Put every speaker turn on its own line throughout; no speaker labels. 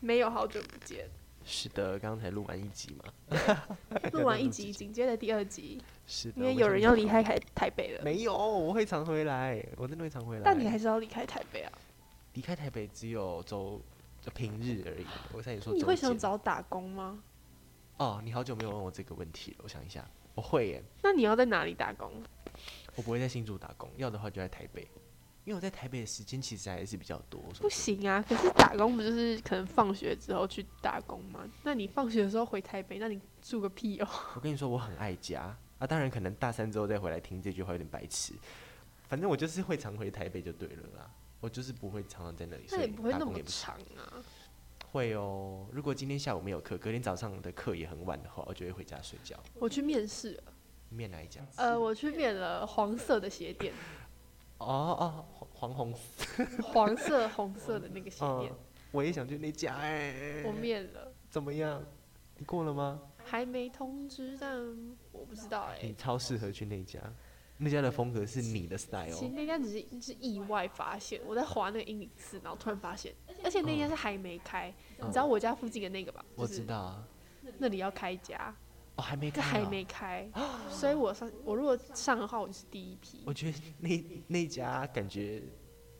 没有好久不见，
是的，刚才录完一集嘛，
录完一
录
集
几集
紧接着第二 集，
是的，
因为
我
有
想
人
说
要离开台台北了，
没有，我会常回来，我真的会常回来。
但你还是要离开台北啊？
离开台北只有周就平日而已，我才说
你会
周
想
间
找打工吗？
哦，你好久没有问我这个问题了，我想一下，我会耶，
那你要在哪里打工？
我不会在新竹打工，要的话就在台北，因为我在台北的时间其实还是比较多。我说
不行啊！可是打工不就是可能放学之后去打工吗？那你放学的时候回台北，那你住个屁哦！
真的，我跟你说我很爱家啊，当然可能大三之后再回来听这句话有点白痴，反正我就是会常回台北就对了啦，我就是不会常常在那里，
那
所
也
以
不会
打
那
工
么
也不行
长啊。
会哦，如果今天下午没有课，隔天早上的课也很晚的话，我就会回家睡觉。
我去面试了，
面来讲，
呃，我去面了黄色的鞋 店，
哦哦，黄黄红，
黄色红色的那个鞋
嗯
店，，
我也想去那家哎、
我面了，
怎么样？你过了吗？
还没通知，但我不知道哎、
你超适合去那家，那家的风格是你的 style
其实
哦。
那家只是只是意外发现，我在划那个英里字，然后突然发现，而且那家是还没开，
嗯
你知道我家附近的那个吧？
我
就是
知道啊，
那里要开一家，
哦，还没
这
看、
还。没开，所以我上我如果上的话，我就是第一批
啊我。觉得那那家感觉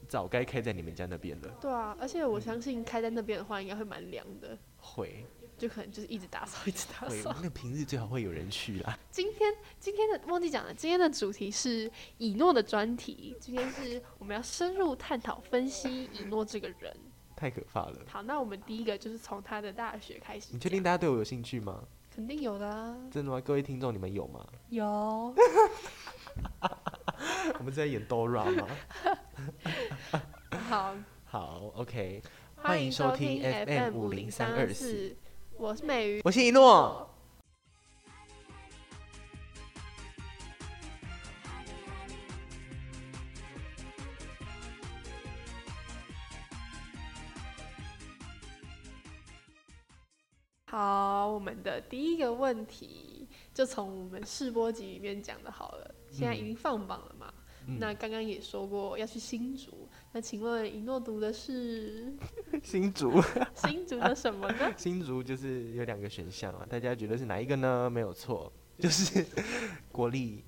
早该开在你们家那边了。
对啊，而且我相信开在那边的话，应该会蛮凉的，
会
就可能就是一直打扫，一直打
会，
扫。
那平日最好会有人去啦。
今天今天的忘记讲了，今天的主题是以诺的专题，今天是我们要深入探讨分析以诺这个人。
太可怕了。
好，那我们第一个就是从他的大学开始。
你确定？大家对我有兴趣吗？
肯定有的啊、
真的吗？各位听众，你们有吗？
有。
我们在演 Dora 吗？
好，
好，OK，
欢迎收听
欢迎收听
FM 五零三二四，我是美鱼。
我是一诺。
好，我们的第一个问题就从我们试播集里面讲的好了，现在已经放榜了嘛。
嗯
那刚刚也说过要去新竹，那请问一诺读的是
新竹，
新竹的什么呢？
新竹就是有两个选项啊，大家觉得是哪一个呢？没有错，就是 国立。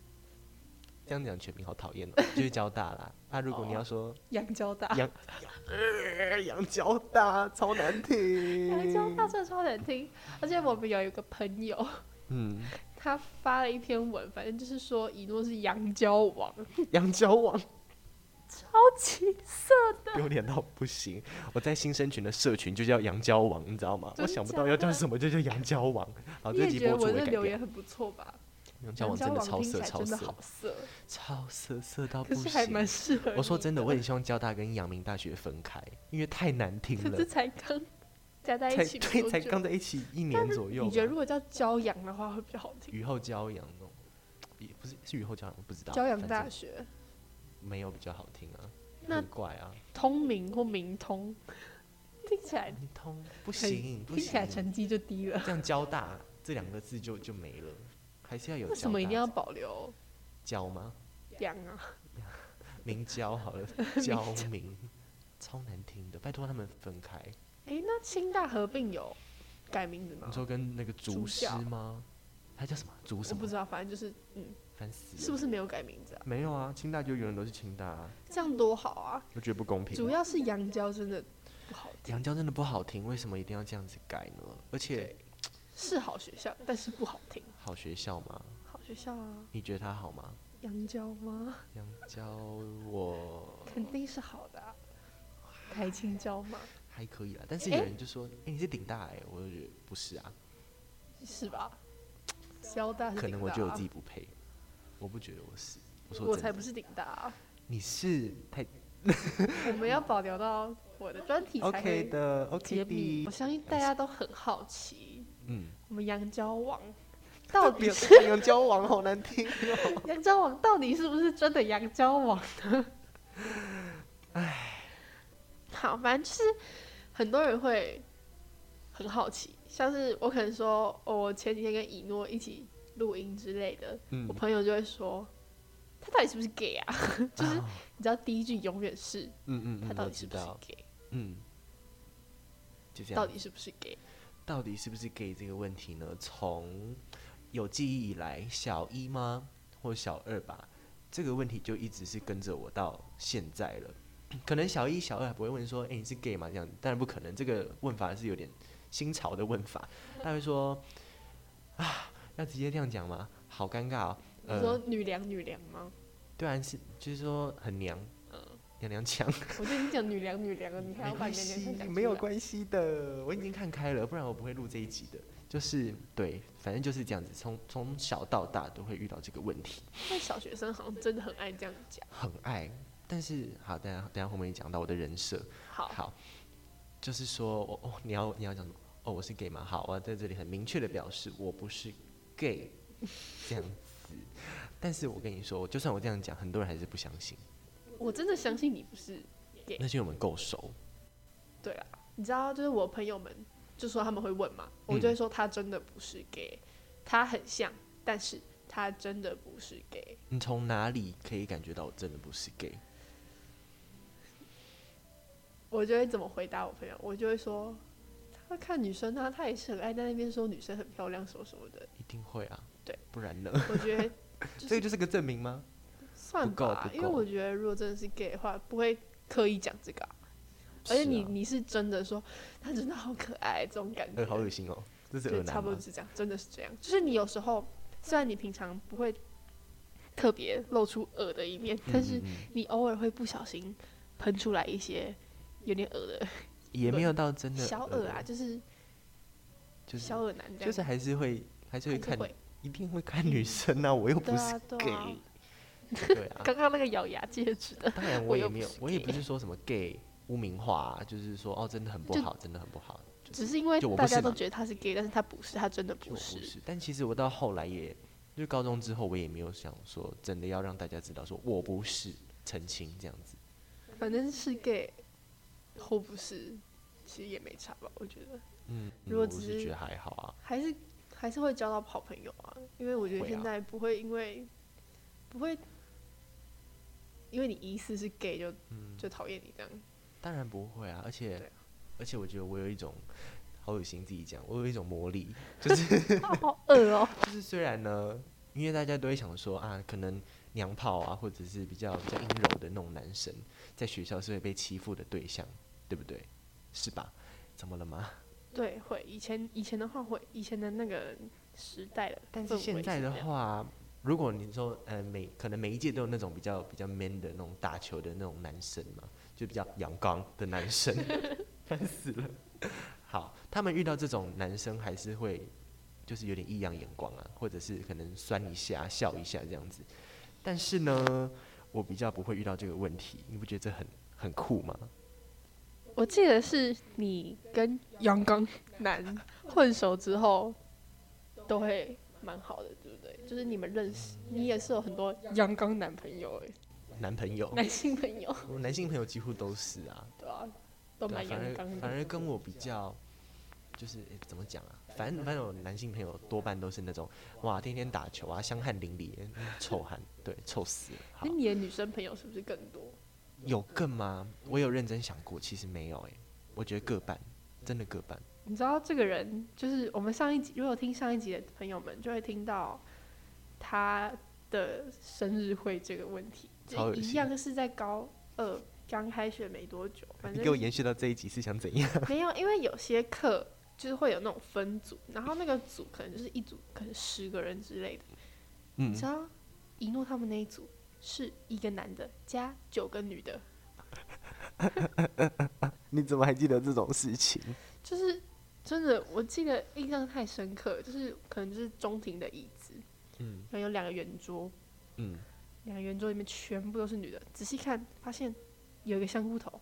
这样讲全名好讨厌哦，就是交大 啦。啊，如果你要说
阳交大。
杨呃杨交大，超难听。
阳交大，真的超难听，而且我们有一个朋友，
嗯，
他发了一篇文，反正就是说一诺是阳交王，
杨交网
超级色
丢脸到不行。我在新生群的社群就叫杨交网，你知道吗？
真
我想不到要
假
叫
的
什么，就叫杨交网。好，
你
哦这
也
集
觉得
播出
我
我
这
会改
留
掉
言。很不错吧？
杨交
杨
网
交
真的
网
超
听起
色，
来
超
真的
色
好，色，
超色，色到
可
不
是还
行
蛮。适合。
我说真的，我，很希望交大跟阳明大学分开，因为太难听
可是
了。
才刚 加在
才
一起没
对，
多
才
久
刚在一起一年左右吧。啊
你觉得如果叫骄阳的话会比较好听？
雨后骄阳那种，也不是是雨后骄阳，我不知道。
骄阳
反
大
正
学、
没有比较好听啊，
那
很怪啊，
通明或明通，听起来
你通不
很
行，不
听起来
行，
成绩就低了。
这样交大这两个字就就没了，还是要有
为什么一定
交
要
大
保留
交吗？
阳啊？
明交好 了，交明，超难听的，拜托他们分开。
哎、那清大合并有改名字吗
你？说跟那个
竹
竹师
教
吗？他叫什么？竹
我
什
不
么？
知道，反正就是嗯，
烦死了！
是不是没有改名字啊？
没有啊，清大就永远都是清大、啊，
这样多好啊！
我觉得不公平。
主要是阳交真的不好听，
杨娇真的不好听，为什么一定要这样子改呢？而且
对是好学校，但是不好听。
好学校吗？
好学校啊，
你觉得它好吗？
阳交吗？
杨娇我
肯定是好的、啊，台青交嘛，
还可以啦，但是
诶
有人就说，哎、你是顶大哎、我就觉得不是啊，
是吧？交大是
可
顶大、啊
能我觉得我自己，不配，我不觉得我是，我说
我
真
才
的，
不是顶大、啊。
你是太
我们要保留到我的专题才
OK
会
的
揭
，OK
秘。
的
我，相信大家都很好奇，
嗯，
我们杨交王 到底是
杨娇王好难听哦，
杨交王到底是不是真的杨交王呢？唉，好，反正就是很多人会很好奇，像是我可能说，哦，我前几天跟以诺一起录音之类的，
嗯
我，朋友就会说，他到底是不是 gay 啊？就是
啊
你知道第一句永远是
嗯嗯嗯，
他到
我
底是
知
不是
道，
gay？
嗯，就这样
到。底是不是 gay？
到底是不是 gay 这个问题呢？从有记忆以来，小一吗，或小二吧，这个问题就一直是跟着我到现在了。可能小一、小二还不会问说：“哎、你是 gay 吗？”这样，当然不可能。这个问法是有点新潮的问法。他会说：“啊，要直接这样讲吗？好尴尬哦。”
你说
呃，
女良女良吗？
对啊，是就是说很娘，娘娘腔。
我就已经讲女良女 良了，你还要把
关
你的年
系
龄讲出来
没有关系的，我已经看开了，不然我不会录这一集的。就是对，反正就是这样子，从从小到大都会遇到这个问题，
但小学生好像真的很爱这样讲。
很爱。但是好，等一下等一下后面讲到我的人设，
好，
好，就是说我哦，你要你要讲什么？哦，我是 gay 吗？好，我要在这里很明确的表示我不是 gay，这 样子。但是我跟你说，就算我这样讲，很多人还是不相信，
我真的相信你不是。
那是因为我们够熟。
对啦，你知道，就是我朋友们就说他们会问嘛，
嗯
我就会说他真的不是 gay，、他很像，但是他真的不是 gay。
你从哪里可以感觉到我真的不是 gay？
我就会怎么回答我朋友？我就会说，他看女生啊，他也是很爱在那边说女生很漂亮什么什么的。
一定会啊，
对，
不然呢？
我觉得
这个就是个证明吗？
算
不够
吧，
不
因为
够
我觉得如果真的是 gay 的话，不会刻意讲这个啊、而且你、
是啊
你是真的说他真的好可爱这种感觉，
呃好恶心哦，这是
对，
恶
差
男
不多
吗？
是这样，真的是这样。就是你有时候虽然你平常不会特别露出恶的一面， 但是
嗯嗯嗯
你偶尔会不小心喷出来一些有点恶的
也没有到真的
小恶
恶
啊，，就是
就是
小恶男这样，
就是还是会还是
还
会
是
看，
会
一定会看女 生啊，我又不
对
是
啊对
gay，
啊
对啊，
刚刚那个咬牙切齿的，
当然
我
我也
又
没
不
有
是，
我也
gay
不是说什么 gay 污名化、啊，就是说哦真的很不
就
好，真的很不好， 就
只是因为
就我
大
不是
家都
嘛
觉得他是 gay，但是他不是，他真的
就我
不
不
是。
是，但其实我到后来也，就是高中之后，我也没有想说真的要让大家知道说我不是澄清这样子。
反正是 gay 或不是，其实也没差吧，我觉得
嗯，
如果
我
只
是
是
觉得还好啊，
还是还是会交到好朋友啊，因为我觉得
会啊
现在不会因为、不会因为你疑似是 gay 就、
嗯
就讨厌你这样，
当然不会啊，而且、
对啊
而且我觉得我有一种好恶心，自己讲，我有一种魔力，就是
好恶哦、
就是虽然呢，因为大家都会想说啊，可能娘炮啊，或者是比较比较阴柔的那种男生，在学校是会被欺负的对象，对不对？是吧？怎么了吗？
对，会以前以前的话会以前的那个时代的氛围这样，
但是现在的话，如果你说呃每可能每一届都有那种比较比较 man 的那种打球的那种男生嘛，就比较阳刚的男生， 烦死了。好，他们遇到这种男生还是会就是有点异样眼光啊，或者是可能酸一下、笑一下这样子。但是呢，我比较不会遇到这个问题，你不觉得这很很酷吗？
我记得是你跟阳刚男 混熟之后，都会蛮好的，对不对？就是你们认识，你也是有很多阳刚男朋友哎、
男朋友，
男性朋友，
我 男性朋友几乎都是啊，
对啊，都
哦对啊
蛮阳
反
刚
而
的
反。而跟我比较，就是、诶怎么讲啊？反正反正我男性朋友多半都是那种哇，天天打球啊，香汗淋漓，嗯臭汗，对，臭死了。好
那，你的女生朋友是不是更多？
有更吗？我有认真想过，其实没有诶、我觉得各半，真的各半。
你知道这个人，就是我们上一集，如果听上一集的朋友们，就会听到他的生日会这个问题，
超
就
恶心
一样是在高二刚开学没多久，反
你
正
给我延续到这一集是想怎样？
没有，因为有些课就是会有那种分组，然后那个组可能就是一组可能十个人之类的。
嗯
你知，道，一诺他们那一组是一个男的加九个女的，
你怎么还记得这种事情？
就是真的，我记得印象太深刻，就是可能就是中庭的椅子，
嗯
然后有两个圆桌，
嗯，
两个圆桌里面全部都是女的，仔细看发现有一个香菇头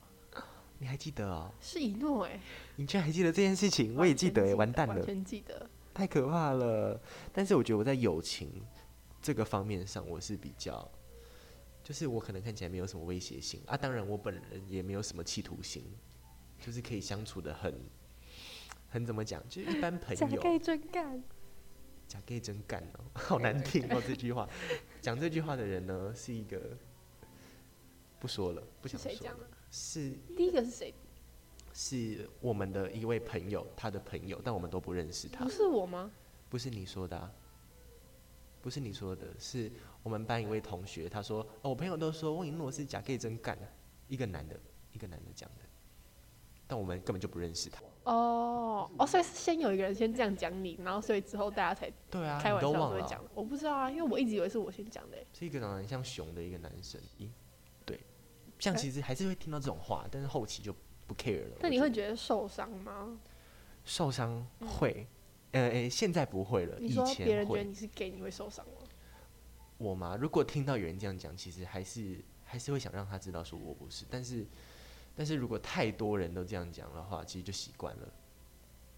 你还记得哦？
是一诺哎、
你居然还记得这件事情？我也记得诶、欸
哎，
完蛋
完
了。
全记得。
太可怕了。但是我觉得我在友情这个方面上，我是比较，就是我可能看起来没有什么威胁性啊。当然，我本人也没有什么企图心，就是可以相处的很，很怎么讲，就是一般朋
加
友。
盖真干，
假 gay 真干哦，好难听哦这句话。讲这句话的人呢，是一个不说了，不
是
想
谁
说
讲
了
的？。
是
第一个是谁？
是我们的一位朋友，他的朋友，但我们都不认识他
不。是我吗？
不是你说的、啊，不是你说的，是我们班一位同学，他说：“哦，我朋友都说翁一诺是假 gay 真干、啊，一个男的，一个男的讲的。”但我们根本就不认识他。
哦哦，所以是先有一个人先这样讲你，然后所以之后大家才
对啊，
开
你
玩
都
笑
忘
会
了
讲
啊，。
我不知道啊，因为我一直以为是我先讲的欸。
是一个长得很像熊的一个男生。咦，对，像
哎
其实还是会听到这种话，但是后期就不 care 了。
那
我
你会
得
觉得受伤吗？
受伤会？呃、诶现在不会了，
嗯你
以
说别
前
人觉得
会。
你是 gay，你会受伤吗？
我嘛，如果听到有人这样讲，其实还是还是会想让他知道说我不是，但是但是如果太多人都这样讲的话，其实就习惯了。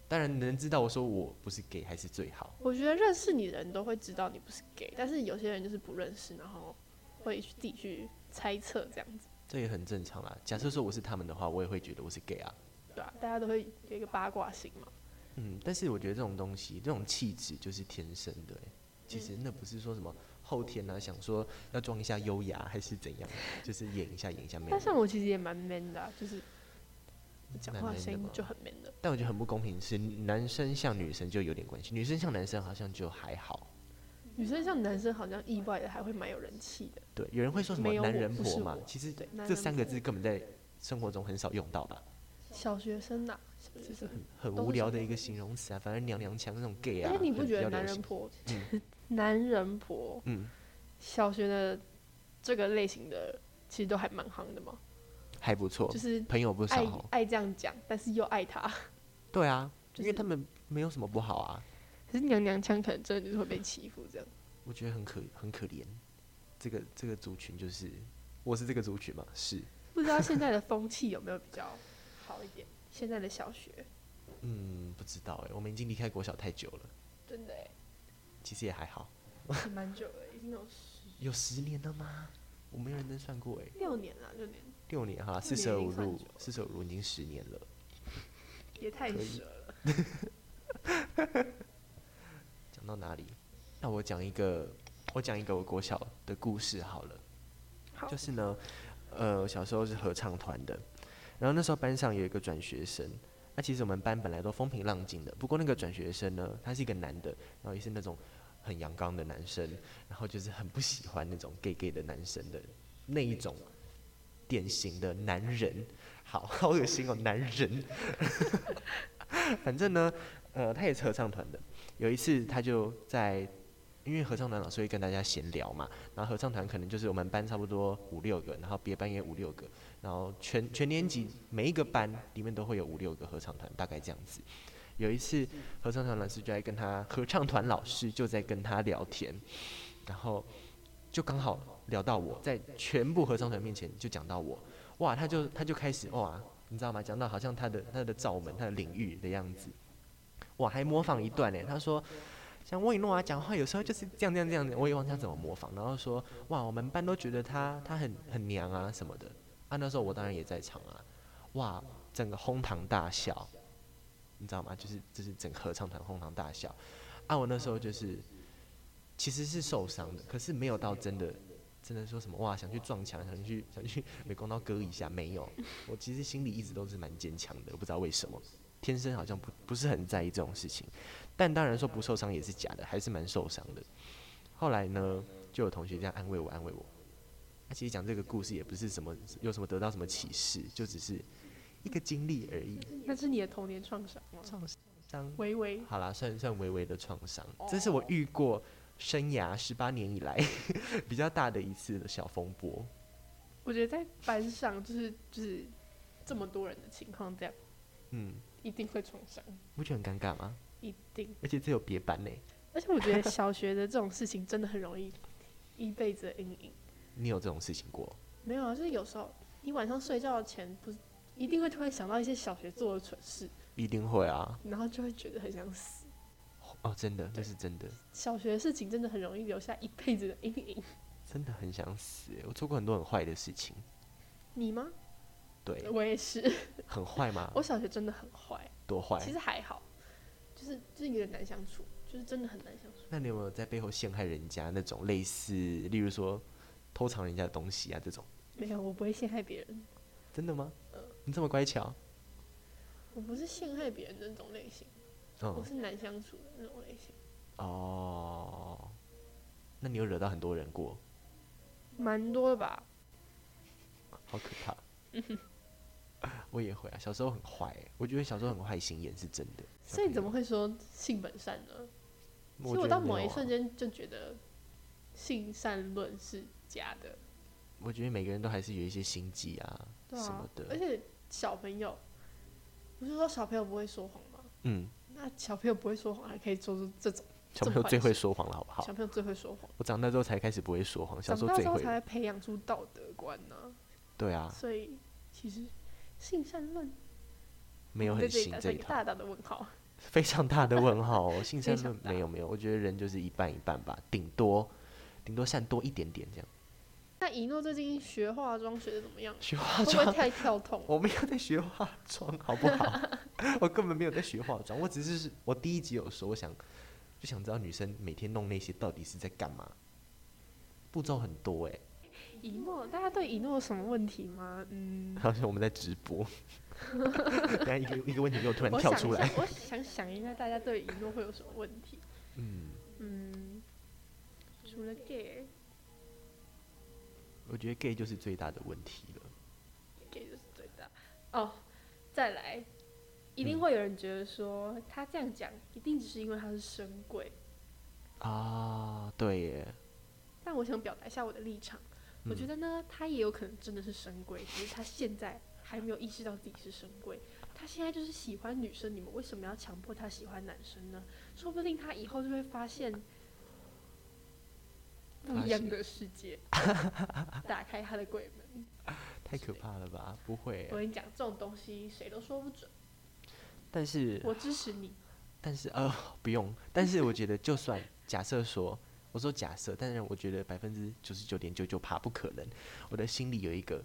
当然能知道我说我不是 gay 还是最好，
我觉得认识你的人都会知道你不是 gay，但是有些人就是不认识，然后会去自己去猜测这样子，
这也很正常啦。假设说我是他们的话，我也会觉得我是 gay 啊。
对吧、大家都会有一个八卦心嘛。
嗯，但是我觉得这种东西，这种气质就是天生的欸、其实
嗯
那不是说什么后天啊，想说要装一下优雅还是怎样，就是演一下演一下没有
但。像我其实也蛮 man 的啊、就是讲
蛮
话
man 的
声音
吗
就很 man 的。
但我觉得很不公平是，男生像女生就有点关系，女生像男生好像就还好。
女生像男生好像意外的还会蛮有人气的，
对，有人会说什么
没有
男
我
人
不
婆
是
嘛
我？
其实
对男
这
人
三个
婆
字根本在生活中很少用到吧，
小学生啊呐、小学生。
很
都
无
是
聊
什
的
么
一个形容词啊。反正娘娘腔那种 gay 啊
哎，，你
很
不
比
觉
较
得
流
男人
行
婆？ 男人婆，
嗯，
小学的这个类型的其实都还蛮夯的嘛，
还不错
就，是
朋友不少
爱
哦。
爱这样讲，但是又爱他。
对啊，
就
因为
是
他们没有什么不好啊，
可是娘娘腔可能真的就是会被欺负这样。
我觉得很可很可怜。这个这个族群就是，我是这个族群嘛，是，
不知道现在的风气有没有比较好一点？现在的小学
嗯，不知道哎、我们已经离开国小太久了，
真的哎、
其实也还好，
也蛮久了，已经有十
有十年了吗？我没有认真算过哎、
六年了，六年
六年哈，四
六年已经
舍五
算
入
久了，
四舍五入已经十年了。
也太
可以
舍了。
讲到哪里？那我讲一个，我讲一个我国小的故事好了。
好
就，是呢，呃，小时候是合唱团的，然后那时候班上有一个转学生，那、其实我们班本来都风平浪静的，不过那个转学生呢，他是一个男的，然后也是那种很阳刚的男生，然后就是很不喜欢那种 gay gay 的男生的那一种典型的男人，好 好恶心哦，男人。 反正呢，呃，他也是合唱团的，有一次他就在。因为合唱团老师会跟大家闲聊嘛，然后合唱团可能就是我们班差不多五六个，然后别班也五六个，然后全全年级每一个班里面都会有五六个合唱团，大概这样子。有一次，合唱团老师就在跟他合唱团老师就在跟他聊天，然后就刚好聊到我在全部合唱团面前就讲到我，哇，他就他就开始哇，你知道吗？讲到好像他的他的罩门他的领域的样子，哇，还模仿一段呢。欸他说。像魏诺啊，讲话有时候就是这样这样这样的，我也忘记他怎么模仿。然后说，哇，我们班都觉得他他很很娘啊什么的。啊，那时候我当然也在场啊，哇，整个哄堂大笑，你知道吗？就是就是整个合唱团哄堂大笑。啊，我那时候就是其实是受伤的，可是没有到真的真的说什么哇，想去撞墙，想去 想去美工刀割一下，没有。我其实心里一直都是蛮坚强的，我不知道为什么，天生好像不不是很在意这种事情。但当然说不受伤也是假的，还是蛮受伤的。后来呢，就有同学这样安慰我，安慰我。那其实讲这个故事也不是什么有什么得到什么启示，就只是一个经历而已。
那是你的童年创伤吗？
创伤
微微，
好啦，算算微微的创伤，这是我遇过生涯十八年以来 比较大的一次的小风波。
我觉得在班上就是就是这么多人的情况这样，
嗯，
一定会创伤，
不觉得很尴尬吗？
一定。
而且这有别班呢，
而且我觉得小学的这种事情真的很容易一辈子的阴影。
你有这种事情过？
没有啊，就是有时候你晚上睡觉前不是一定会突然想到一些小学做的蠢事，
一定会啊！
然后就会觉得很想死。
哦，真的，这是真的，
小学的事情真的很容易留下一辈子的阴影。
真的很想死欸。我做过很多很坏的事情，
你吗？
对，
我也是，
很坏吗？
我小学真的很坏，
多坏
其？实还好，就是就是有点难相处，就是真的很难相处。
那你有没有在背后陷害人家那种类似，例如说偷藏人家的东西啊这种？
没有，我不会陷害别人，
真的吗？你这么乖巧？
我不是陷害别人的那种类型，我
嗯，
是难相处的那种类型，
哦，那你有惹到很多人过，
蛮多的吧？
好可 怕。我也会啊，小时候很坏欸、我觉得小时候很坏心眼是真的。小
所以
朋
怎
友
么？会说性本善呢？所
我
以
觉
我
得
到
没
某
有
一
啊
瞬，间就觉得性善论是假的，
我觉得每个人都还是有一些心机啊
对
什么
啊，而
的。
且小朋友，不是说小朋友不会说谎吗？
嗯，
那小朋友不会说谎，还可以做出这种，
小
这
朋
么
友
坏
最会
事
说谎了，好不好
小？朋友最会说谎，
我长大之后才开始不会说谎，小
长
时候
大
最
之后
会
才
了。
会培养出道德观呢、
对啊，
所以其实性善论
没有
在
很
这里
新
打
这
上
一
一个
套
大，大的问号。
非常大的问号、哦。性
非
善
常
论没有没有，我觉得人就是一半一半吧，顶多顶多善多一点点这样。
那一诺最近学化妆学的怎么样？
学
会
化
不会
妆，
太跳痛？
我没有在学化妆，好不好？我根本没有在学化妆，我只是我第一集有说，我想就想知道女生每天弄那些到底是在干嘛，步骤很多哎、
一诺，大家对一诺有什么问题吗？ 嗯，
好像我们在直播， 等下一个一个问题给我突然
我
跳
想
出
一
来，
下，我想想一下，大家对一诺会有什么问题？
嗯。
嗯，除了 gay，gay
我觉得 gay 就是最大的问题了。
就是最大。哦，再来，一定会有人觉得说、他这样讲，一定只是因为他是深贵。
啊，对耶，
但我想表达一下我的立场，我觉
嗯
得呢，他也有可能真的是深闺，只是他现在还没有意识到自己是深闺。他现在就是喜欢女生，你们为什么要强迫他喜欢男生呢？说不定他以后就会发现不
发
一样
现
的世界，打开他的鬼门。
太可怕了吧？不会
我
耶，
跟你讲，这种东西谁都说不准。
但是
我支持你，
但是呃， 不用。但是我觉得，就算假设说，我说假设，但是我觉得百分之九十九点九九怕不可能。我的心里有一个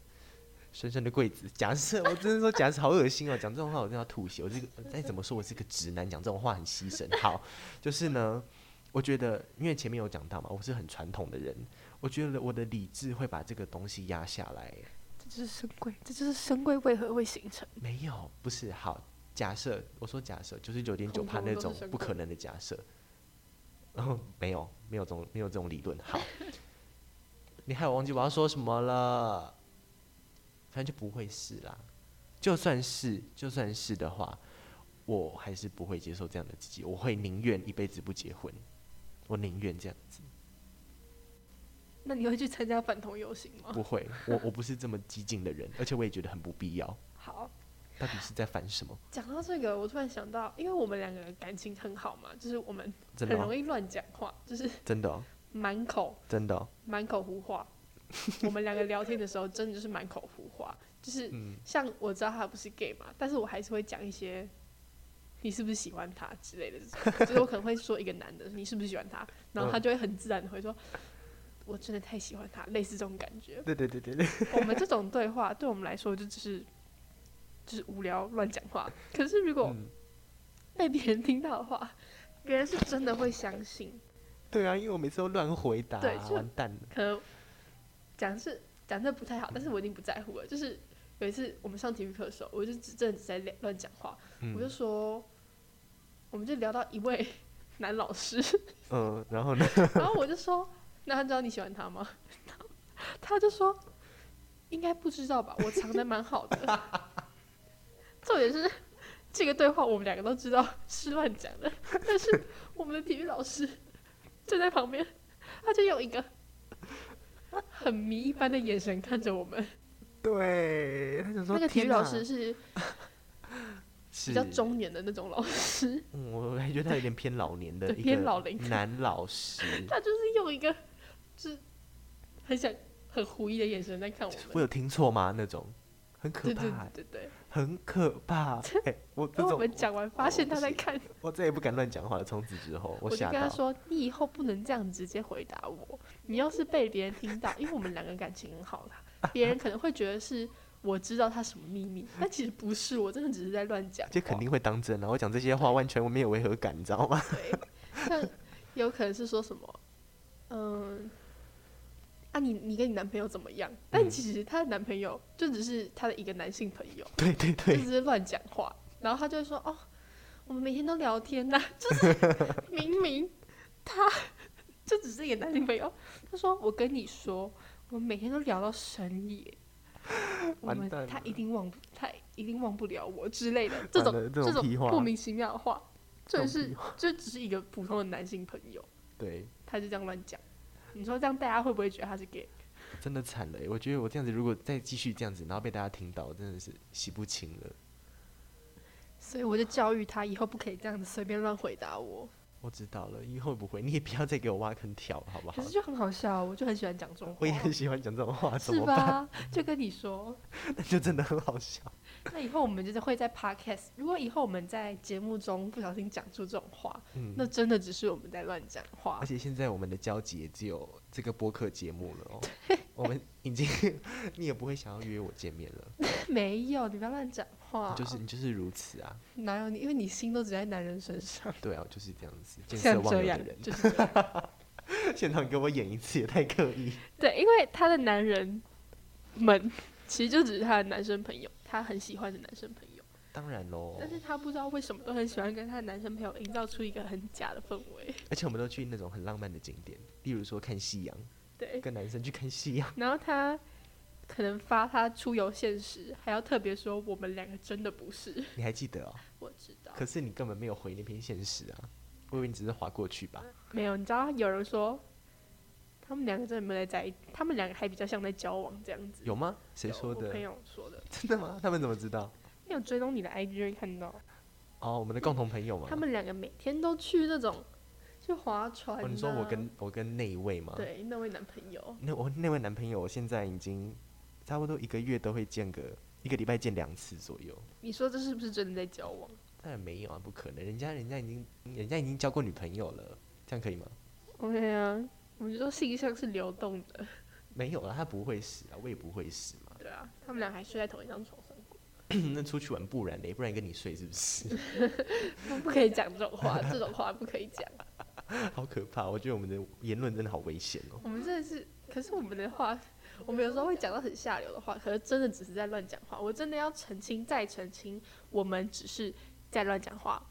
深深的柜子。假设 我真的说假设，好恶心哦！讲这种话我真的要吐血。我这个再怎么说，我是个直男，讲这种话很牺牲。好，就是呢，我觉得因为前面有讲到嘛，我是很传统的人，我觉得我的理智会把这个东西压下来。
这就是深闺，这就是深闺为何会形成。
没有，不是好。假设我说假设，九十九点九
恐
趴
同
那
都是
种
神
不
棍
可能的假设，然后没有没有这种没有这种理论。好，你害我忘记我要说什么了。反正就不会是啦，就算是就算是的话，我还是不会接受这样的自己，我会宁愿一辈子不结婚，我宁愿这样子，
那你会去参加反同游行吗？
不会，我我不是这么激进的人，而且我也觉得很不必要。
好，
到底是在烦什么？
讲到这个，我突然想到，因为我们两个感情很好嘛，就是我们
真
很
的
容
哦、
易乱讲话，就是
真的哦、
满口
真的哦、
满口胡话。 我们两个聊天的时候，真的就是满口胡话，就是
嗯。
像我知道他不是 gay 嘛，但是我还是会讲一些你是不是喜欢他之类的这种，就是我可能会说一个男的你是不是喜欢他，然后他就会很自然的会说。我真的太喜欢他，类似这种感觉。
对对对对对，
我们这种对话对我们来说就只是，就是无聊乱讲话。可是如果
嗯，
被别人听到的话，别人是真的会相信。
对啊，因为我每次都乱回答、
对
啊，
就
完蛋了。
可能讲是讲这不太好，但是我已经不在乎了。就是有一次我们上体育课的时候，我就只真的只在乱讲话，我就
嗯
说，我们就聊到一位男老师，
嗯，然后呢？
然后我就说，那他知道你喜欢他吗？ 他就说，应该不知道吧，我藏的蛮好的。 重点是。这个对话我们两个都知道是乱讲的，但是我们的体育老师就在旁边，他就用一个很迷一般的眼神看着我们。
对，他想说
那个体育
天
老
哪
师是
是
比较，中年的那种老师，
嗯，我还觉得他有点偏老年的
对
一个
偏老龄
男老师。
他就是用一个就是很想很狐疑的眼神在看我
我
们。
有听错吗？那种很可
对
怕
对
欸，
对对，
很可 怕。哎，我这
然后我
种
们讲完发现他在看，
我再也不敢乱讲话了。从此之后，
我就
吓
跟他
到。
说：“你以后不能这样直接回答我，你要是被别人听到，因为我们两个感情很好啦，别人可能会觉得是我知道他什么秘密，但其实不是，我真的只是在乱讲。”
这肯定会当真啊！我讲这些话完全我没有违和感，你知道吗？
对，像有可能是说什么，嗯，啊你你跟你男朋友怎么样？但
嗯
其实她的男朋友就只是她的一个男性朋友，
对对
就
对
只是乱讲话，然后他就会说：“哦，我们每天都聊天呐、 就是明明他 就只是一个男性朋友，他说我跟你说，我们每天都聊到深夜，我
完
们
蛋
他
了
一定忘不他一定忘不了我之类的这种
完了这种屁话
莫名其妙的话，
这
这
种
是
屁
就只是一个普通的男性朋友，
对，
他就这样乱讲。你说这样大家会不会觉得他是 gay？
真的惨了欸。我觉得我这样子，如果再继续这样子，然后被大家听到，真的是洗不清了。
所以我就教育他以后不可以这样子随便乱回答我。
我知道了，以后不会，你也不要再给我挖坑跳，好不好
可是？就很好笑，我就很喜欢讲这种话。
我也很喜欢讲这种话， 怎
是
么办？
吧？就跟你说，
那就真的很好 笑。
那以后我们就是会在 podcast，如果以后我们在节目中不小心讲出这种话，
嗯，
那真的只是我们在乱讲话
而。且现在我们的交集也只有这个播客节目了哦。我们已经， 你也不会想要约我见面了，
没有，你不要乱讲话。
你就是你就是如此啊。
哪有你？因为你心都只在男人身上，
对啊，我就是这样子，见色
像
忘友
这
的
样
人，
就是这样
现场给我演一次也太刻意。
对，因为他的男人们其实就只是他的男生朋友，他很喜欢的男生朋友，
当然喽，
但是他不知道为什么都很喜欢跟他的男生朋友营造出一个很假的氛围。
而且我们都去那种很浪漫的景点，例如说看夕阳，
对，
跟男生去看夕阳，
然后他可能发他出游现实，还要特别说我们两个真的不是。
你还记得哦？
我知道，
可是你根本没有回那篇现实啊，我以为你只是划过去吧？
没有，你知道有人说他们两个真的没有在在一，他们两个还比较像在交往这样子。
有吗？谁
有
说
我
的
朋？友说的，
真的吗？他们怎么知道？
没有追踪你的 IG 就会看到，
哦，我们的共同朋友嘛。
他们两个每天都去那种去划船、啊
哦，你说我跟我跟那一位吗？。
对那位男朋友，
那我那位男朋友，我现在已经差不多一个月都会见个，一个礼拜见两次左右。
你说这是不是真的在交往？
当然没有啊，不可能，人家人家已经人家已经交过女朋友了，这样可以吗？
OK 啊，我们就说性向是流动的，
没有啦，他不会死啊，我也不会死嘛。
对啊，他们俩还睡在同一张床上 过，
那出去玩不然嘞，不然跟你睡是不是？
不不可以讲这种话，这种话不可以讲。
好可怕，我觉得我们的言论真的好危险哦。
我们真的是，可是我们的话，我们有时候会讲到很下流的话，可是真的只是在乱讲话。我真的要澄清再澄清，我们只是在乱讲话。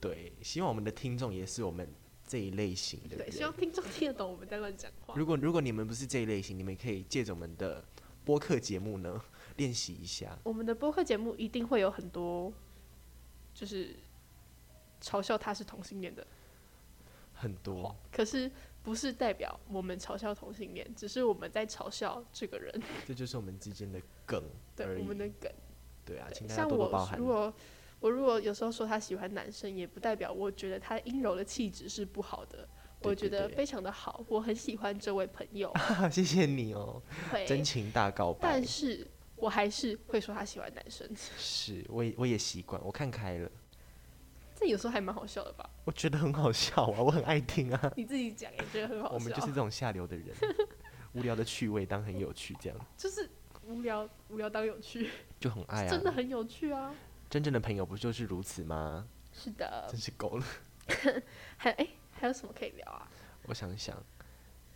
对，希望我们的听众也是我们这一类型的
对，
人。
希望听众听得懂我们在乱讲话。
如果如果你们不是这一类型，你们可以借着我们的播客节目呢练习一下。
我们的播客节目一定会有很多，就是嘲笑他是同性恋的，
很多，
可是不是代表我们嘲笑同性恋，只是我们在嘲笑这个人。
这就是我们之间的梗
对
而，已。
我们的梗。
对啊，请
对
大
像
家多多
我
包涵
如。果我如果有时候说他喜欢男生，也不代表我觉得他阴柔的气质是不好的，
对
我
对
觉得
对
非常的好，我很喜欢这位朋 友。
谢谢你哦，真
会，
情大告白
但。是我还是会说他喜欢男生，
是，我也我也习惯，我看开了，
这有时候还蛮好笑的吧？
我觉得很好笑啊，我很爱听啊。
你自己讲也觉得 很好笑，
我们就是这种下 流的人，无聊的趣味当很有趣，这样
就是无聊无聊当有趣，
就很爱啊。
真的很有趣啊。
真正的朋友不就是如此吗？
是的
真，是够了。
还哎、还有什么可以聊啊？
我想一想，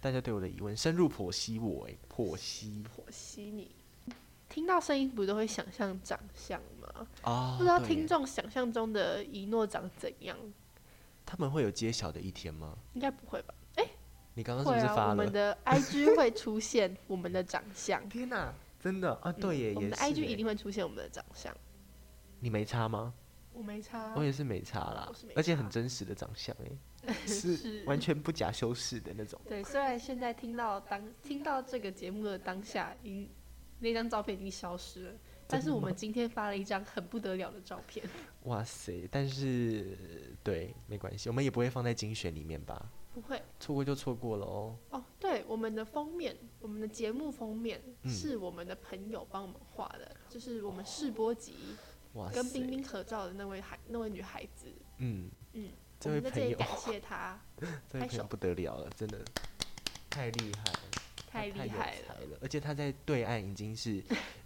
大家对我的疑问深入剖析我、哎，剖析
婆媳你听到声音不都会想象长相吗？
啊，
不知道
对
听
耶
众想象中的一诺长怎样？
他们会有揭晓的一天吗？
应该不会吧？
你刚刚是
会
不是
啊，
发
我
了？
们 的 IG 会出现我们的长相。
天哪、真的啊， 对耶，
嗯我们
也
的
是
IG
耶
一定会出现我们的长相。
你没差吗？
我没差
我也是没差啦
啊我是，没
而且
差
很真实的长相 哎，是完全不假修饰的那种。
对，虽然现在听到当听到这个节目的当下，已经那张照片已经消失了，但是我们今天发了一张很不得了的照片。
哇塞！但是对，没关系，我们也不会放在精选里面吧？
不会
错过就错过了哦。
哦，对，我们的封面，我们的节目封面
嗯
是我们的朋友帮我们画的，就是我们试播集
哇塞！
跟冰冰合照的那位孩那位女孩子。
嗯
嗯，
这
我
位
们在这
朋
里
友，
感谢她，
这位
拍
朋友
手
不得了了，真的太厉害了，
太
他
厉
有
害
才
了。
了！而且他在对岸已经是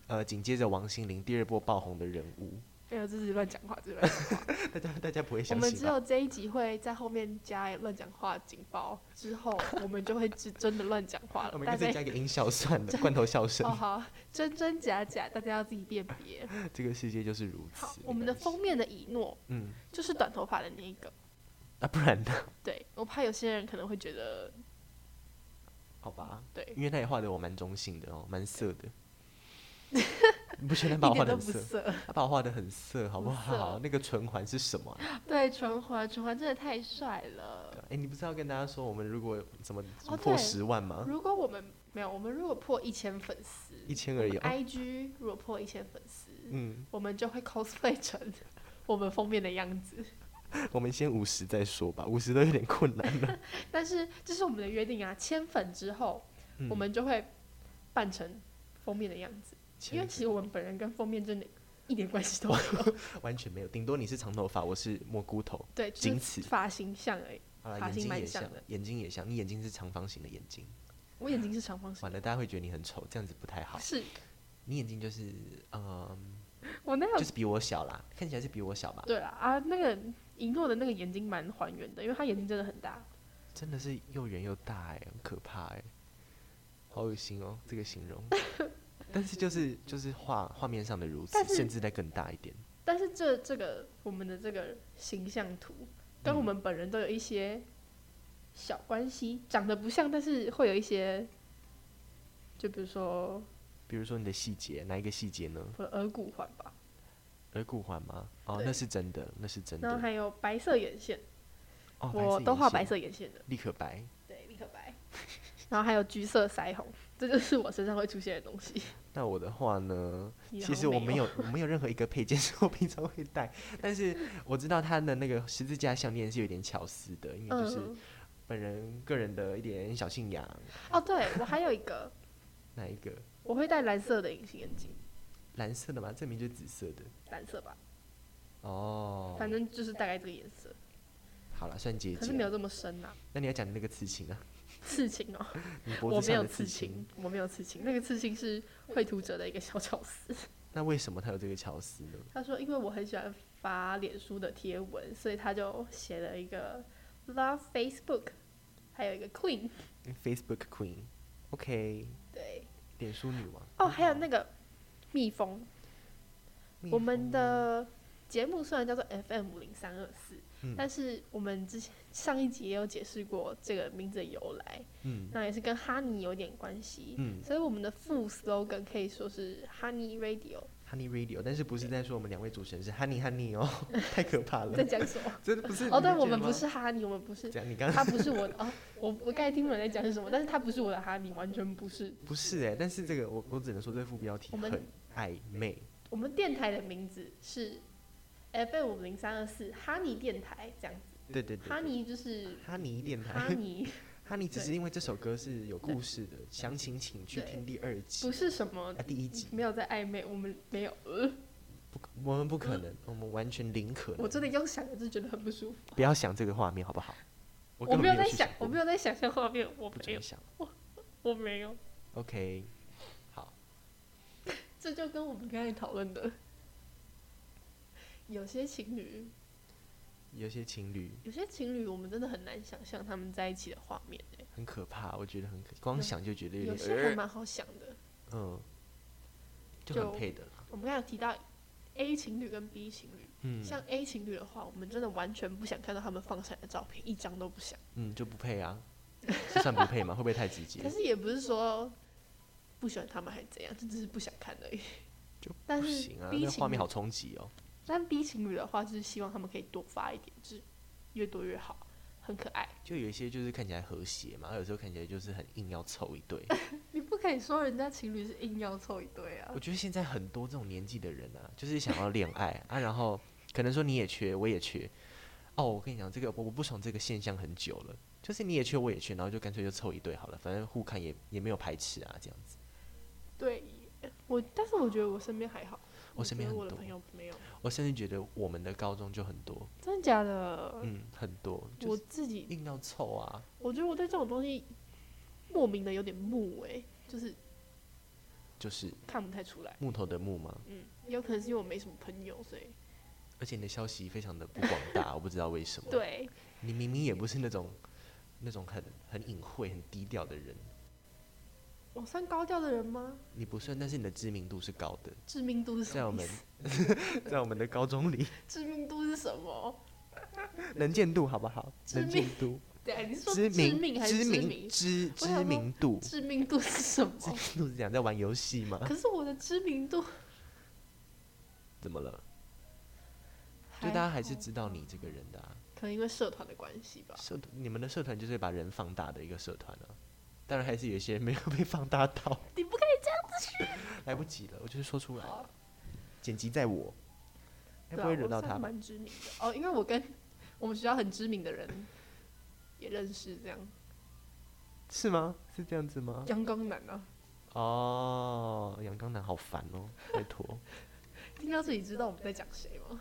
呃紧接着王心凌第二波爆红的人物，
没哎有，这是乱讲话，这是乱讲话。
大家大家不会
我
相
们
信
只
吧？
有这一集会在后面加乱讲话警报，之后我们就会真真的乱讲话
我
了。
们
大
干脆
家
加个音效 算了，罐头笑声
哦。好，真真假假，大家要自己辨别。
这个世界 就是如此。
好，
没
我们的
关系
封面的以诺
嗯
就是短头发的那一个。
啊，不然呢？
对，我怕有些人可能会觉得，
好吧，
对，
因为那里画的我蛮中性的哦，蛮色 的。你不觉得他把
一
我画
点
的
都不
很色？
色。
他把我画的很色，好不
不色
好？那个唇环是什么啊、
对，唇环，唇环真的太帅了
对。啊哎、你不是要跟大家说我们如果怎么
哦
破
对
十万吗？
如果我们没有，我们如果破一千粉丝
啊一千而已、哦。
，IG 如果破一千粉丝，
嗯，
我们就会 cosplay 成 我们封面的样子。
我们先五十再说吧，五十都有点困难了。
但是这是我们的约定啊，千粉之后，
嗯
我们就会扮成封面的样子，因为
千
其实我们本人跟封面真的一点关系都没有，
完全没有，顶多你是长头发，我是蘑菇头。
对，就
仅
是
此
发型像而已。
好了，
发
眼
型
睛
蛮
也
像
像
的，
眼睛也像，你眼睛是长方形的眼睛。
我眼睛是长方形
完，了，大家会觉得你很丑，这样子不太好
不。是
你眼睛就是，嗯，
我那
就
有
是比我小啦，看起来是比我小吧？
对啦啊，那个银诺的那个眼睛蛮还原的，因为他眼睛真的很大。
真的是又圆又大哎、很可怕哎、好恶心哦、这个形 容。但是就是就是画画面上的如此
但，是
甚至再更大一点。
但是这这个我们的这个形象图跟我们本人都有一些小关系，长得不像，但是会有一些，就比如说
比如说你的细节，哪一个细节呢？
我的耳骨环吧，
耳骨环吗？哦，
对
那是真的，那是真
然后
的。
还有白色眼线，
哦，
我都画白
眼线，
色眼线的，
立刻白。
对，立刻白。然后还有橘色腮红，这就是我身上会出现的东西。
那我的话呢？
你好
其
像
实我
没
没有，我没有任何一个配件是我平常会戴，但是我知道它的那个十字架项链是有点巧思的，因为就是
嗯，
本人个人的一点小信仰。
哦，对我还有一个，
哪一个？
我会戴蓝色的隐形眼镜，
蓝色的吗？证明就是紫色的。
蓝色吧，
哦，
反正就是大概这个颜色，
好了，算节
可是
俭。
没有这么深呐、
那你要讲的那个刺青啊，
刺青哦。
你脖
我
子
没
上
有
的
刺
刺
青。，我没有刺青，那个刺青是绘图者的一个小巧思。
那为什么他有这个巧思呢？
他说，因为我很喜欢发脸书的贴文，所以他就写了一个 Love Facebook，还有一个 Queen，
嗯 Facebook Queen。OK，
对，
脸书女王。
哦，还有那个蜜蜂。
蜜
我们
蜂
的节目虽然叫做 FM 五零三二四
嗯，
但是我们之前上一集也有解释过这个名字的由来，
嗯
那也是跟哈尼有点关系。
嗯
所以我们的副 slogan 可以说是 Honey Radio，
，Honey Radio，但是不是在说我们两位主持人是 Honey Honey 哦， 太可怕
在
了，
讲什么？
真的不是。
哦，
你
对，
觉
我
得
们
吗
不是哈尼，我们不是，
这样，你刚刚
他不是我的哦，我我刚才听不懂你在讲是什么，但是他不是我的哈尼，完全不是。
不是哎、但是这个我我只能说这副标题
我们
很暧昧。
我们电台的名字是 FM 五零三二四哈尼电台这样子，
对对对，
哈尼就是
哈尼电
哈
台，
尼，
哈尼只是因为这首歌是有
对
故事的，详情请去
对
听第二集
不是什么
啊，第一集
没有在暧昧，我们没有，呃
不可，我们不可能，我们完全零可
嗯
能。
我真的用想我就觉得很不舒服。
不要想这个画面好不好？我
我
根
没
本
有在
去
想，我
过
没有在想象画面，我
不
没有
准，想。
我没有，
OK，
这就跟我们刚才讨论的，有些情侣
有些情侣
有些情侣，我们真的很难想象他们在一起的画面、欸、
很可怕，我觉得很可，光
有
想就觉得
有
有
些还
点，
蛮好想的。
呃嗯，就
就
很配的啦。
我们刚才有提到 A 情侣跟 B 情侣，
嗯
像 A 情侣的话，我们真的完全不想看到他们放出来的照片，一张都不想。
嗯，就不配啊，是算不配吗？会不会太直接
可？是也不是说不喜欢他们还是怎样，就只是不想看而已。
就
但
不
是
行啊，
B
那画
情
面
侣，
好冲击哦。
但 B 情侣的话，就是希望他们可以多发一点，就是越多越好，很可爱。
就有一些就是看起来和谐嘛，有时候看起来就是很硬要凑一对。
你不可以说人家情侣是硬要凑一对啊
我。觉得现在很多这种年纪的人啊，就是想要恋爱啊，然后可能说你也缺，我也缺。哦，我跟你讲，这个我我不爽这个现象很久了，就是你也缺，我也缺，然后就干脆就凑一对好了，反正互看也也没有排斥啊，这样子。
对耶，我但是我觉得我身边还好，
我身边
觉得我
很
的
多
朋友没有，
我甚至觉得我们的高中就很多，
真的假的？
嗯，很多，就
我
是
自己
硬要凑啊。
我觉得我对这种东西莫名的有点木哎、就是
就是
欸看不太出来。
木头的木吗？
嗯，有可能是因为我没什么朋友，所以
而且你的消息非常的不广大，我不知道为什么。，
对，
你明明也不是那种那种很很隐晦、很低调的人，
我哦算高调的人吗？
你不算，但是你的知名度是高的。
知名度是什
在我
么
们
意思？
在我们的高中里，
知名度是什么？
能见度好不好？
知
能见度，
对啊，你是说
知
致
名
命还
知
是致
名
命？
知
我想
知
说
名度，
知名度是什么？
知名度是讲在玩游戏吗？
可是我的知名 度
怎么了？
还，
就大家还是知道你这个人的啊。
可能因为社团的关系吧。
社你们的社团就是把人放大的一个社团啊。当然还是有一些没有被放大到，
你不可以这样
来不及了，我就是说出来了
好。
剪辑在我，
对
该不
啊，
会
我
惹到
算
他吧？
蛮知名的哦，因为我跟我们学校很知名的人也认识，这
啊
样
是吗？是这样子吗？
阳刚男啊，
哦，阳刚男好烦 哦，拜托，
听到这里知道我们在讲谁吗？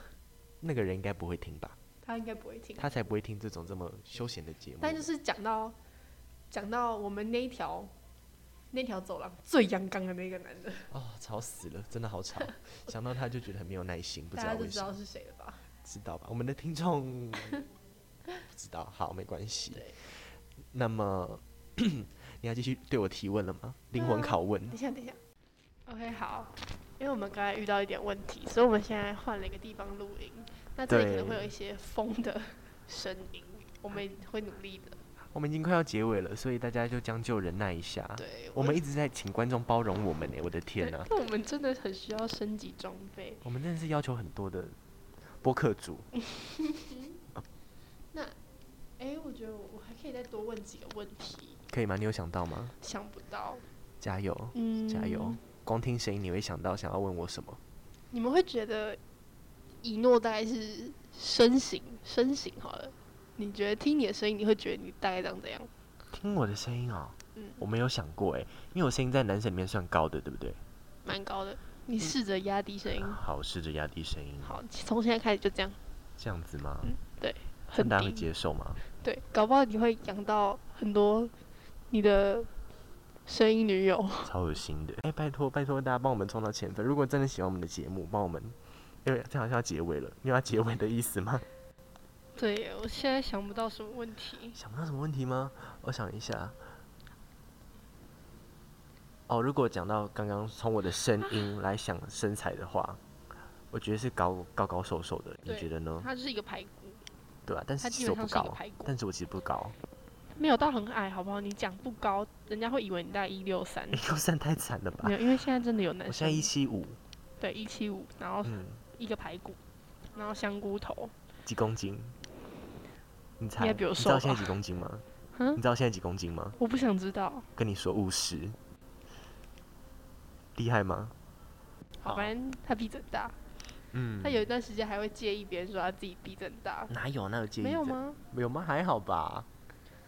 那个人应该不会听吧？
他应该不会听，
他才不会听这种这么休闲的节目。
但就是讲到讲到我们那一条那条走廊最阳刚的那个男的，
哦，吵死了，真的好 吵，想到他就觉得很没有耐心，不知
大
道
家就
为
知
什
道
么，
是谁了吧？
知道吧？我们的听 众不知道，好，没关系
对。
那么 你要继续对我提问了吗？灵魂
那
拷问
等一下，等一下，OK，好，因为我们刚才遇到一点问题，所以我们现在换了一个地方录音，那这里可能会有一些风的声音，我们会努力的。
我们已经快要结尾了，所以大家就将就忍耐一下。
对，
我们一啊直在请观众包容我们欸呢，我的天呐、
那我们真的很需要升级装备。
我们真的是要求很多的播客组。
哎、我觉得我还可以再多问几个问题，
可以吗？你有想到吗？
想不到。
加油，
嗯，
加油！！光听声音你会想到想要问我什么？
你们会觉得以诺大概是身形，身形好了。你觉得听你的声音，你会觉得你大概长怎样？
听我的声音哦，
嗯
我没有想过哎，因为我声音在男生里面算高的，对不对？
蛮高的。你试着压低声音。
好，试着压低声音，
好，从现在开始就这样，
这样子吗？这
很
样啊大家会
低。
接受吗？
对，搞不好你会养到很多你的声音女友。
超恶心的！哎、拜托拜托，大家帮我们冲到前分。如果真的喜欢我们的节目，帮我们，因为这好像要结尾了，你有要结尾的意思吗？
对，我现在想不到什么问题。
想不到什么问题吗？我想一下。哦，如果讲到刚刚从我的声音来想身材的话，我觉得是高高高瘦瘦的，你
对
觉得呢？
它就是一个排骨，
对啊，但是
它
其
基
实
本
我不
上是一个
高，
排骨，
但是我其实不高，
没有到很矮，好不好？你讲不高，人家会以为你大概一六 三
一。六三太惨了吧
没？有，因为现在真的有男
我
生，
现在一七五，
对一七五，然后
嗯，
一个排骨，然后香菇头，
几公斤？你猜？
应该
你
比我
知
瘦
道现在
吧
几公斤吗？
嗯
你知道现在几公斤吗？
我不想知道。
跟你说五十，厉害吗？
好，
好
反正他鼻子很大，
嗯
他有一段时间还会介意别人说他自己鼻子很大，
哪有哪有介意？
没有？吗？
有吗？还好吧，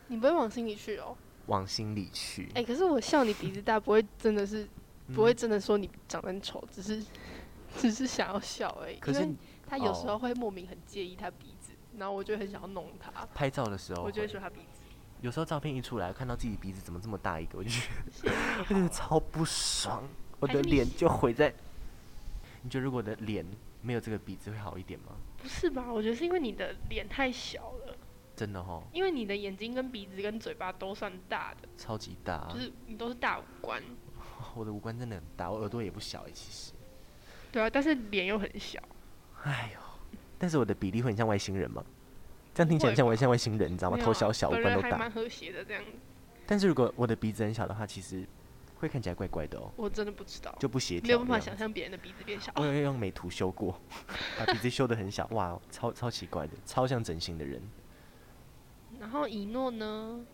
你不会往心里去哦。
往心里去。
哎、可是我笑你鼻子大，不会真的是不会
嗯。
真的说你长得很丑，只是只是想要笑而已。
可
因
是
为他有时
哦
候会莫名很介意他鼻子，然后我就很想要弄他，
拍照的时候
我
哦会，
就会说他鼻子。
有时候照片一出来，看到自己鼻子怎么这么大一个，我就觉
谢谢
得我觉 得超不爽，我
还
的
是你
脸就毁在。你觉得如果我的脸没有这个鼻子会好一点吗？
不是吧？我觉得是因为你的脸太小了，
真的哦，
因为你的眼睛跟鼻子跟嘴巴都算大的，
超级大啊、
就是你都是大五官，
我的五官真的很大，我耳朵也不小哎，其实。
对啊，但是脸又很小。
哎呦，但是我的比例会很像外星人吗？这样听起来很像
会
我像外星人，你知道吗？
没有
头
啊
小小，五
本
官
人
都
还
大
蛮。和谐的这样。
但是如果我的鼻子很小的话，其实会看起来怪怪的哦，
我真的不知道，
就不协调。
没有办法想。象别人的鼻子变小。
我有用美图修过， 把鼻子修得很小，哇，超超奇怪的，超像整形的人。
然后以诺 呢？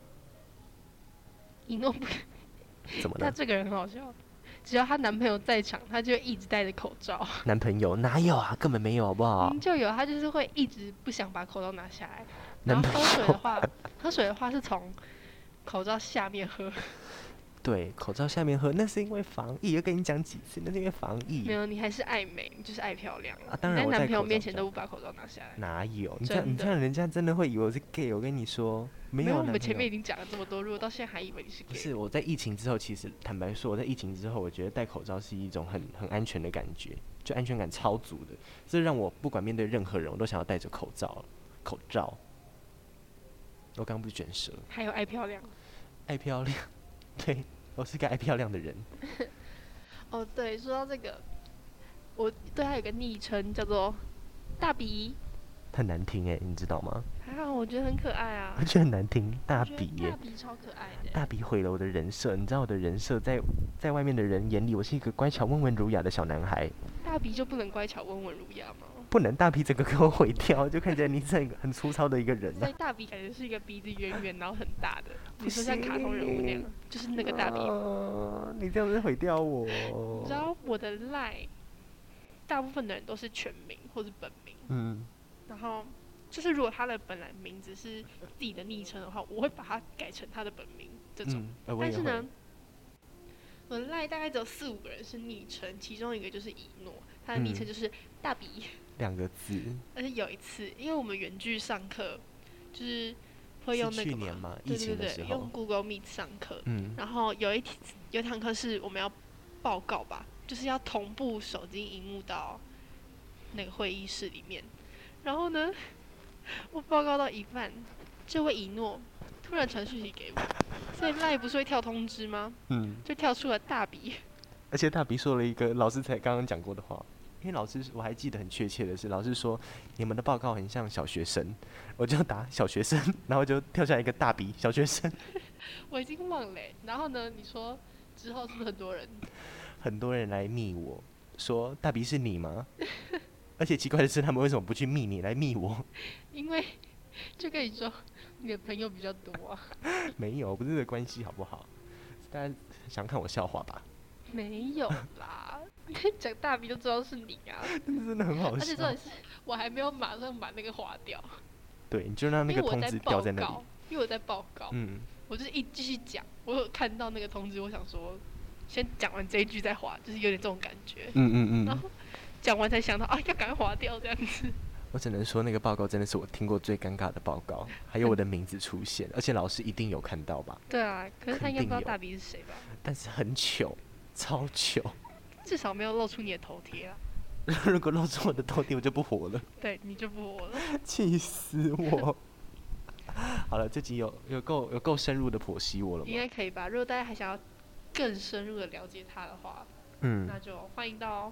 以诺不
怎么
她
了？
这个人很好笑，只要她男朋友在场，她就一直戴着口罩。
男朋友哪有啊？根本没有，好不好
嗯，？就有她就是会一直不想把口罩拿下来。
男
然后
朋
喝水
友嗯
的话，喝水的话是从口罩下面喝，
对，口罩下面喝，那是因为防疫，又跟你讲几次，那是因为防疫
没。有，你还是爱美，你就是爱漂亮。
啊当然
你
我
在
戴
男朋友
口罩
面
比
前
较
都不把口罩拿下来。
哪有？你这样，
真
你
的
这样，人家真的会以为我是 gay。我跟你说，没有
有，
啊。
我
男
们
朋
前面
友
已经讲了这么多，如果到现在还以为你是 gay，
不是我在疫情之后，其实坦白说，我在疫情之后，我觉得戴口罩是一种很很安全的感觉，就安全感超足的，这让我不管面对任何人，我都想要戴着口罩。口罩，我刚不是卷舌，
还有爱漂亮。
爱漂亮， 对我是个爱漂亮的人。
哦，对，说到这个，我对他有个昵称叫做大鼻，
很难听哎、你知道吗？
还好我觉得很可爱啊
我。觉得很难听，大
我觉得
鼻耶、
大鼻超可爱的。欸
大鼻毁了我的人设。你知道我的人设在在外面的人眼里，我是一个乖巧、温文儒雅的小男孩。
大鼻就不能乖巧温文儒雅吗？
不能大鼻整个给我毁掉，就看起来你是很很粗糙的一个人
所
啊
以。大鼻感觉是一个鼻子圆圆然后很大的，
不
你说像卡通人物那样，就是那个大鼻。
啊你这样子毁掉我。
你知道我的赖，大部分的人都是全名或是本名，
嗯，
然后就是如果他的本来名字是自己的昵称的话，我会把它改成他的本名这种。
嗯，呃我
但
也
是
会
呢，我的赖大概只有四五个人是昵称，其中一个就是一诺，他的昵称
嗯
就是大鼻。
两个字，
而且有一次，因为我们远距上课，就是会
是
用那
去
个
年
嘛，
嘛，疫
对对
情的
对
时
对，用
候，
Google Meet 上课。
嗯，
然后有一题有一堂课是我们要报告吧，就是要同步手机荧幕到那个会议室里面。然后呢， 我报告到一半，这位一诺突然传讯息给我，所以赖不是会跳通知吗？
嗯，
就跳出了大笔，
而且大鼻说了一个老师才刚刚讲过的话。因为老师，我还记得很确切的是，老师说你们的报告很像小学生， 我就打小学生，然后就跳下一个大鼻小学生，
我已经忘了欸、然后呢，你说之后是不是很多人？
很多人来密我说大鼻是你吗？ 而且奇怪的是，他们为什么不去密你来密我？
因为就跟你说，你的朋友比较多、啊。
没有，不是这个关系好不好？大家想看我笑话吧？
没有啦， 讲大笔就知道是你啊。
真的很好
而且重
笑
点。是我还没有马上把那个划掉，
对，你就让那
因
个
为我
通知
报
掉在那里
告。，因为我在报告，
嗯，
我就是一继续讲，我有看到那个通知，我想说先讲完这一句再划，就是有点这种感觉。
嗯嗯
然
嗯
后，讲完才想到啊，要赶快划掉这样子。
我只能说那个报告真的是我听过最尴尬的报告，还有我的名字出现，而且老师一定有看到吧？
对啊，可是他应该不知道
肯定有
大笔是谁吧？
但是很糗，超糗。
至少没有露出你的头贴啊。
如果露出我的头顶，我就不活了，
对，你就不活了。
气死我！ 好了，这集有有够有够深入的剖析我了
应
吗？
该可以吧？如果大家还想要更深入的了解他的话，
嗯，
那就欢迎到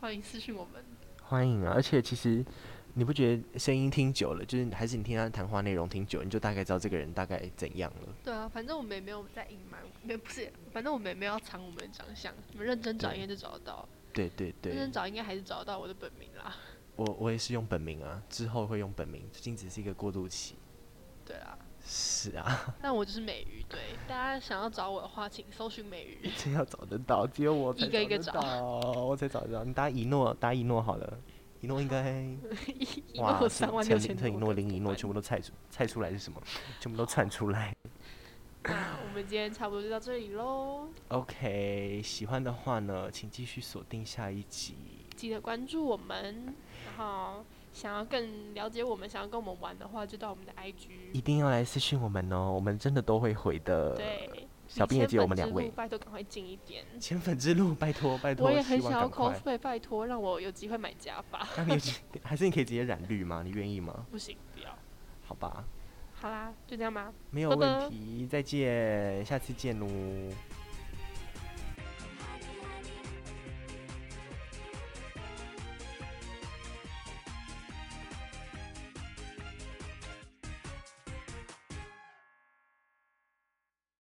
欢迎私讯我们。
欢迎啊！而且其实你不觉得声音听久了，就是还是你听他谈话内容听久了，你就大概知道这个人大概怎样了。
对啊，反正我们也没有在隐瞒，没不是，反正我们也没有要藏我们的长相，你们认真找应该就找得到，
对对对，
认真找应该还是找得到我的本名啦。
我我也是用本名啊，之后会用本名，最近只是一个过渡期。
对啊，
是 啊，
但我就是美鱼，对，大家想要找我的话，请搜寻美鱼。
真要找得到，只有我才
一个一个
找
找
得到，我才找得到。你打一诺，打一诺好了，一诺应该
一
哇，
诺
这
三万
这
六
零
千
这
多
一
个
诺
伙
零一诺
伴
全部都猜出猜出来是什么，全部都窜 出来。
那我们今天差不多就到这里喽，
OK，喜欢的话呢，请继续锁定下一集。
记得关注我们，然后想要更了解我们，想要跟我们玩的话，就到我们的
一
IG。
定要来私讯我们哦，我们真的都会回的。，
对，
小编也
离
借我
千本之
们两
路
位
拜托赶快进一点。
千粉之路，拜托拜托，
我也很
希望
想要
赶快
cosplay，拜托让我有机会买假发。
那你有 机还是你可以直接染绿吗？你愿意吗？
不行，不要。
好吧，
好啦，就这样吧，
没有
拜
问
拜
题，再见，下次见喽。